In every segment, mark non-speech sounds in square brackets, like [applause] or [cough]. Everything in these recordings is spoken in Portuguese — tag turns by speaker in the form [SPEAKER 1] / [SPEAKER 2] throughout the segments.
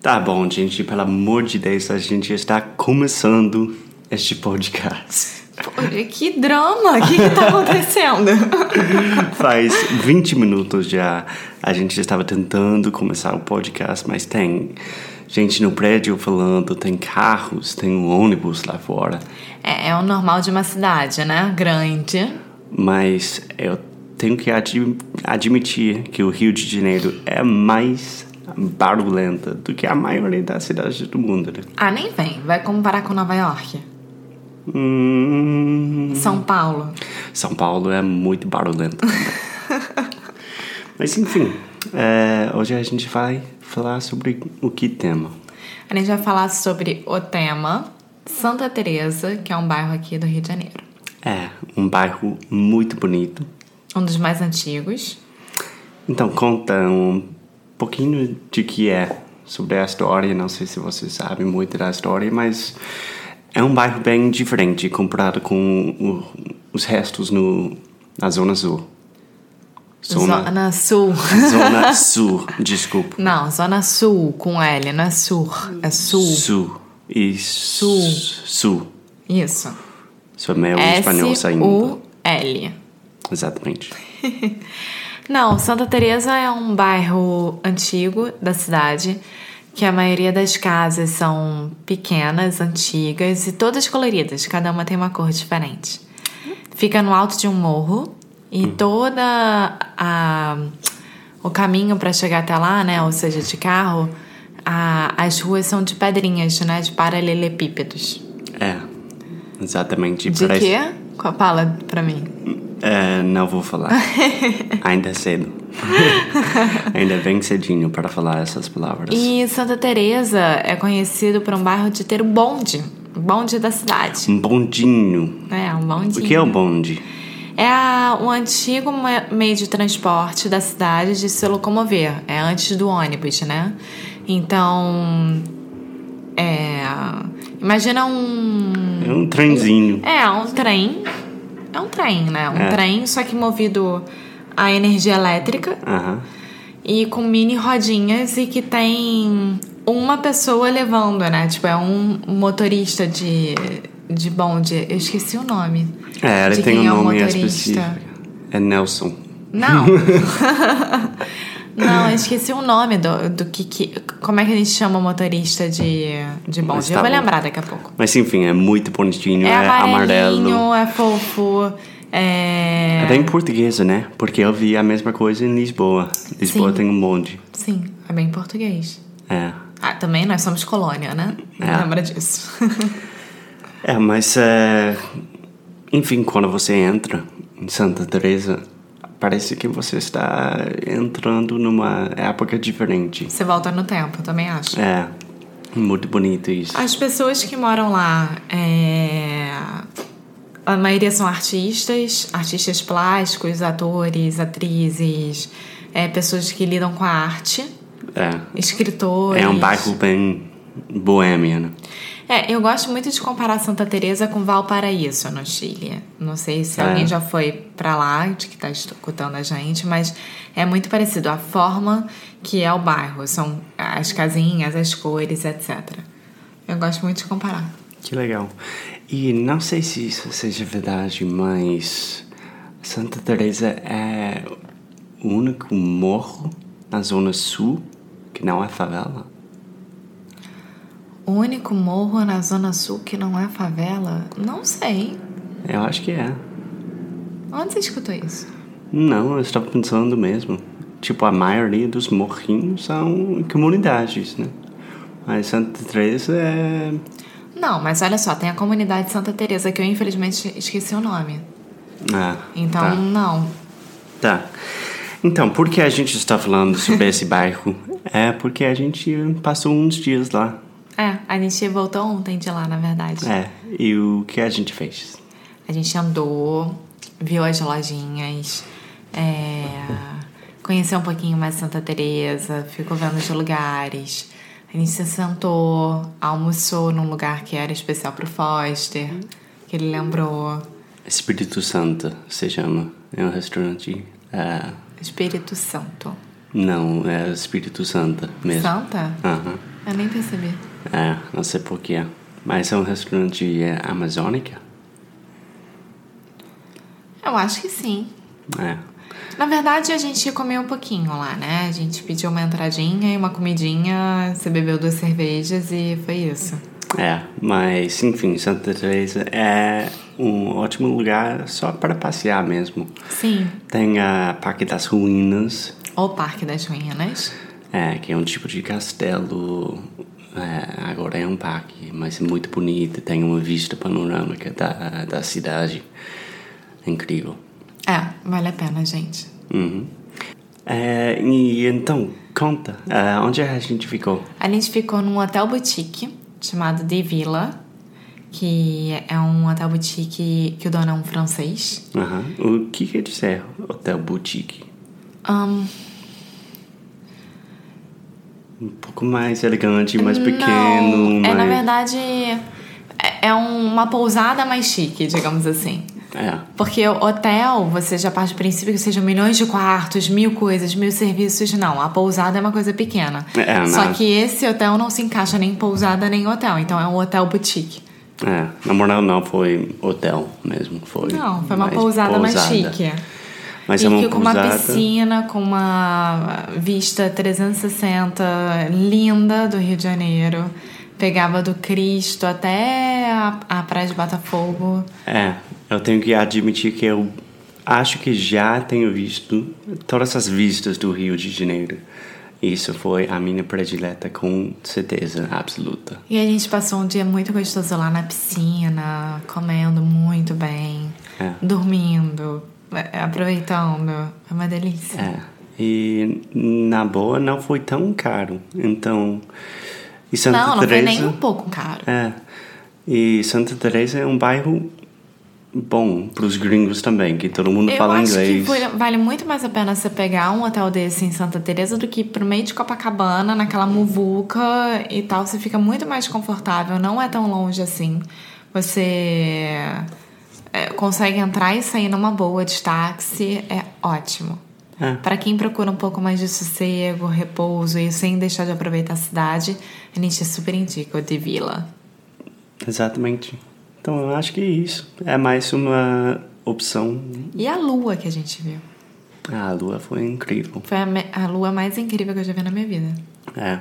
[SPEAKER 1] Tá bom, gente, pelo amor de Deus, a gente está começando este podcast.
[SPEAKER 2] Olha, que drama! O que, que tá acontecendo?
[SPEAKER 1] Faz 20 minutos já a gente estava tentando começar o podcast, mas tem gente no prédio falando, tem carros, tem um ônibus lá fora.
[SPEAKER 2] [laughs] É, é o normal de uma cidade, né? Grande.
[SPEAKER 1] Mas eu tenho que ad- admitir que o Rio de Janeiro é mais barulhenta do que a maioria das cidades do mundo, né?
[SPEAKER 2] Ah, nem vem. Vai comparar com Nova York.
[SPEAKER 1] Hum,
[SPEAKER 2] São Paulo.
[SPEAKER 1] São Paulo é
[SPEAKER 3] [laughs]
[SPEAKER 1] muito barulhento. também. Mas enfim, é, hoje a gente vai falar sobre o que tema.
[SPEAKER 2] A gente vai falar sobre o tema Santa Teresa, que é um bairro aqui do Rio de Janeiro.
[SPEAKER 1] É um bairro muito bonito.
[SPEAKER 2] Um dos mais antigos.
[SPEAKER 1] Então conta um pouquinho de que é sobre a história. Não sei se você sabe muito da história, mas é um bairro bem diferente comparado com o- os restos no, na Zona Sul. Zona,
[SPEAKER 2] Zona Sul. [laughs]
[SPEAKER 1] zona Sul, desculpa.
[SPEAKER 2] Não, Zona Sul com L, não é Sur. É Sul.
[SPEAKER 1] Sul. E Sul. Sul.
[SPEAKER 2] Isso.
[SPEAKER 1] Isso é meio espanhol saindo.
[SPEAKER 2] S-U-L.
[SPEAKER 1] Exatamente.
[SPEAKER 2] Não, Santa Teresa é um bairro antigo da cidade, que a maioria das casas são pequenas, antigas e todas coloridas, cada uma tem uma cor diferente. Fica no alto de um morro e toda a o caminho para chegar até lá, né, ou seja, de carro, a- as ruas são de pedrinhas, né, de paralelepípedos.
[SPEAKER 1] É. Exatamente.
[SPEAKER 2] De quê? Qual- Fala pra mim.
[SPEAKER 1] É, não
[SPEAKER 2] [laughs]
[SPEAKER 1] vou falar. Ainda é cedo. Ainda é bem cedinho para falar essas palavras.
[SPEAKER 2] E Santa Teresa é conhecido por um bairro de ter o bonde, o bonde da cidade.
[SPEAKER 1] Um bondinho.
[SPEAKER 2] É, um bondinho.
[SPEAKER 1] O que é o bonde?
[SPEAKER 2] É a- um antigo me- meio de transporte da cidade de se locomover. É antes do ônibus, né? Então, é, imagina um
[SPEAKER 1] É um trenzinho.
[SPEAKER 2] é um trem, é um trem, né? Um
[SPEAKER 1] É.
[SPEAKER 2] trem só que movido a energia elétrica
[SPEAKER 1] Aham.
[SPEAKER 2] e com mini rodinhas e que tem uma pessoa levando, né? Tipo, é um motorista de, de bonde. Eu esqueci o nome.
[SPEAKER 1] É, ele
[SPEAKER 2] de
[SPEAKER 1] tem
[SPEAKER 2] quem
[SPEAKER 1] um
[SPEAKER 2] é o
[SPEAKER 1] nome
[SPEAKER 2] motorista.
[SPEAKER 1] específico. É Nelson. [laughs]
[SPEAKER 2] Não. Não, eu esqueci o nome do, do que, que. Como é que a gente chama o motorista de, de bonde?
[SPEAKER 1] Mas tá
[SPEAKER 2] Eu vou
[SPEAKER 1] bom.
[SPEAKER 2] lembrar daqui a pouco.
[SPEAKER 1] Mas enfim, é muito bonitinho. É, amarelo.
[SPEAKER 2] amarelinho, é fofo. É.
[SPEAKER 1] É bem portuguesa, né? Porque eu vi a mesma coisa em Lisboa. Lisboa
[SPEAKER 2] Sim.
[SPEAKER 1] tem um bonde.
[SPEAKER 2] Sim, é bem português.
[SPEAKER 1] É.
[SPEAKER 2] Ah, também nós somos colônia, né?
[SPEAKER 1] É.
[SPEAKER 2] Lembra disso.
[SPEAKER 1] É, mas é, enfim, quando você entra em Santa Teresa, parece que você está entrando numa época diferente.
[SPEAKER 2] Você volta no tempo, eu também acho.
[SPEAKER 1] É, muito bonito isso.
[SPEAKER 2] As pessoas que moram lá, é, a maioria são artistas, artistas plásticos, atores, atrizes, é, pessoas que lidam com a arte,
[SPEAKER 1] É,
[SPEAKER 2] escritores.
[SPEAKER 1] é um bairro bem boêmio, né?
[SPEAKER 2] É, eu gosto muito de comparar Santa Teresa com Valparaíso, no Chile. Não sei se
[SPEAKER 1] É.
[SPEAKER 2] alguém já foi pra lá, de que tá escutando a gente, mas é muito parecido a forma que é o bairro, são as casinhas, as cores, etc. Eu gosto muito de comparar.
[SPEAKER 1] Que legal. E não sei se isso seja verdade, mas Santa Teresa é o único morro na zona sul que não é favela.
[SPEAKER 2] O único morro na Zona Sul que não é favela? Não sei.
[SPEAKER 1] Eu acho que é.
[SPEAKER 2] Onde você escutou isso?
[SPEAKER 1] Não, eu estava pensando mesmo. Tipo, a maioria dos morrinhos são comunidades, né? Mas Santa Teresa é...
[SPEAKER 2] Não, mas olha só, tem a comunidade Santa Teresa que eu infelizmente esqueci o nome.
[SPEAKER 1] Ah,
[SPEAKER 2] Então,
[SPEAKER 1] tá.
[SPEAKER 2] não.
[SPEAKER 1] Tá. Então, por que a gente está falando sobre esse bairro? É porque a gente passou uns dias lá.
[SPEAKER 2] É, a gente voltou ontem de lá, na verdade.
[SPEAKER 1] É, e o que a gente fez?
[SPEAKER 2] A gente andou, viu as lojinhas, é, conheceu um pouquinho mais Santa Teresa, ficou vendo os lugares. A gente se sentou, almoçou num lugar que era especial pro Foster, que ele lembrou.
[SPEAKER 1] Espírito Santo se chama. É um restaurante. ah,
[SPEAKER 2] Espírito Santo.
[SPEAKER 1] não, é Espírito Santa mesmo.
[SPEAKER 2] Santa?
[SPEAKER 1] Aham.
[SPEAKER 2] Eu nem percebi.
[SPEAKER 1] É, não sei porquê. Mas é um restaurante é, amazônica.
[SPEAKER 2] Eu acho que sim.
[SPEAKER 1] É.
[SPEAKER 2] Na verdade, a gente comeu um pouquinho lá, né? A gente pediu uma entradinha e uma comidinha, você bebeu duas cervejas e foi isso.
[SPEAKER 1] É, mas enfim, Santa Teresa é um ótimo lugar só para passear mesmo.
[SPEAKER 2] Sim.
[SPEAKER 1] Tem a Parque das Ruínas,
[SPEAKER 2] O Parque das Ruínas.
[SPEAKER 1] É, que é um tipo de castelo. é, agora é um parque, mas é muito bonito. Tem uma vista panorâmica da, da cidade. Incrível.
[SPEAKER 2] É, vale a pena, gente.
[SPEAKER 1] Uhum. É, e então, conta, é, onde a gente ficou?
[SPEAKER 2] A gente ficou num hotel boutique chamado The Villa, que é um hotel boutique que o dono é um francês.
[SPEAKER 1] Aham. O que quer dizer hotel boutique?
[SPEAKER 2] Ahn,
[SPEAKER 1] Um pouco mais elegante, mais pequeno.
[SPEAKER 2] não, é
[SPEAKER 1] mais...
[SPEAKER 2] na verdade é, é um- uma pousada mais chique, digamos assim.
[SPEAKER 1] É.
[SPEAKER 2] Porque o hotel, você já parte do princípio que sejam milhões de quartos, mil coisas, mil serviços. Não, a pousada é uma coisa pequena.
[SPEAKER 1] É,
[SPEAKER 2] Só
[SPEAKER 1] não.
[SPEAKER 2] que esse hotel não se encaixa nem em pousada nem em hotel. Então é um hotel boutique.
[SPEAKER 1] É, na moral não foi hotel mesmo, foi.
[SPEAKER 2] Não, foi uma
[SPEAKER 1] mais
[SPEAKER 2] pousada, mais chique.
[SPEAKER 1] Mas
[SPEAKER 2] e
[SPEAKER 1] é uma
[SPEAKER 2] que com uma
[SPEAKER 1] pousada.
[SPEAKER 2] piscina, com uma vista 360 linda do Rio de Janeiro. Pegava do Cristo até a, a Praia de Botafogo.
[SPEAKER 1] É, eu tenho que admitir que eu acho que já tenho visto todas as vistas do Rio de Janeiro. Isso foi a minha predileta com certeza absoluta.
[SPEAKER 2] E a gente passou um dia muito gostoso lá na piscina, comendo muito bem,
[SPEAKER 1] É.
[SPEAKER 2] dormindo, é, aproveitando. Foi uma delícia.
[SPEAKER 1] É. E na boa não foi tão caro. Então, e Santa
[SPEAKER 2] Não, não foi
[SPEAKER 1] Teresa,
[SPEAKER 2] nem um pouco caro.
[SPEAKER 1] É. E Santa Teresa é um bairro bom para os gringos também, que todo mundo
[SPEAKER 2] Eu
[SPEAKER 1] fala
[SPEAKER 2] acho
[SPEAKER 1] inglês.
[SPEAKER 2] que foi- vale muito mais a pena você pegar um hotel desse em Santa Teresa do que ir pro meio de Copacabana, naquela muvuca e tal. Você fica muito mais confortável, não é tão longe assim. Você é, consegue entrar e sair numa boa de táxi, é ótimo.
[SPEAKER 1] É.
[SPEAKER 2] Pra quem procura um pouco mais de sossego, repouso e sem deixar de aproveitar a cidade, a gente super indica o de Vila.
[SPEAKER 1] Exatamente. Então eu acho que é isso. É mais uma opção. Ah,
[SPEAKER 2] E a lua que a gente viu.
[SPEAKER 1] A lua foi incrível.
[SPEAKER 2] Foi a, me- a lua mais incrível que eu já vi na minha vida.
[SPEAKER 1] É.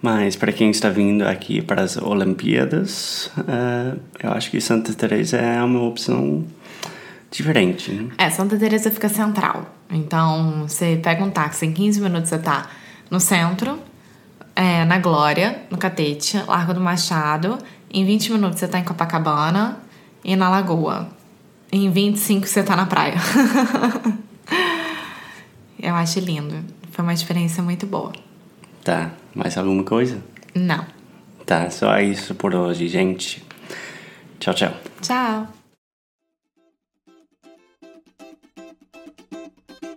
[SPEAKER 1] Mas para quem está vindo aqui para as Olimpíadas, é, eu acho que Santa Teresa é uma opção diferente. né?
[SPEAKER 2] É, Santa Teresa fica central. Então, você pega um táxi, em 15 minutos você tá no centro, é, na Glória, no Catete, Largo do Machado. Em 20 minutos você tá em Copacabana e na Lagoa. Em 25 você tá na praia. [laughs] Eu acho lindo. Foi uma experiência muito boa.
[SPEAKER 1] Tá. Mais alguma coisa?
[SPEAKER 2] Não.
[SPEAKER 1] Tá. Só isso por hoje, gente. Tchau, tchau.
[SPEAKER 2] Tchau.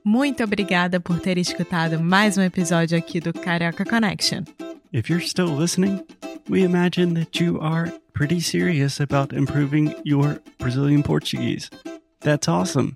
[SPEAKER 4] Muito obrigada por ter escutado mais um episódio aqui do Carioca Connection.
[SPEAKER 3] If you're still listening, we imagine that you are pretty serious about improving your Brazilian Portuguese. That's awesome.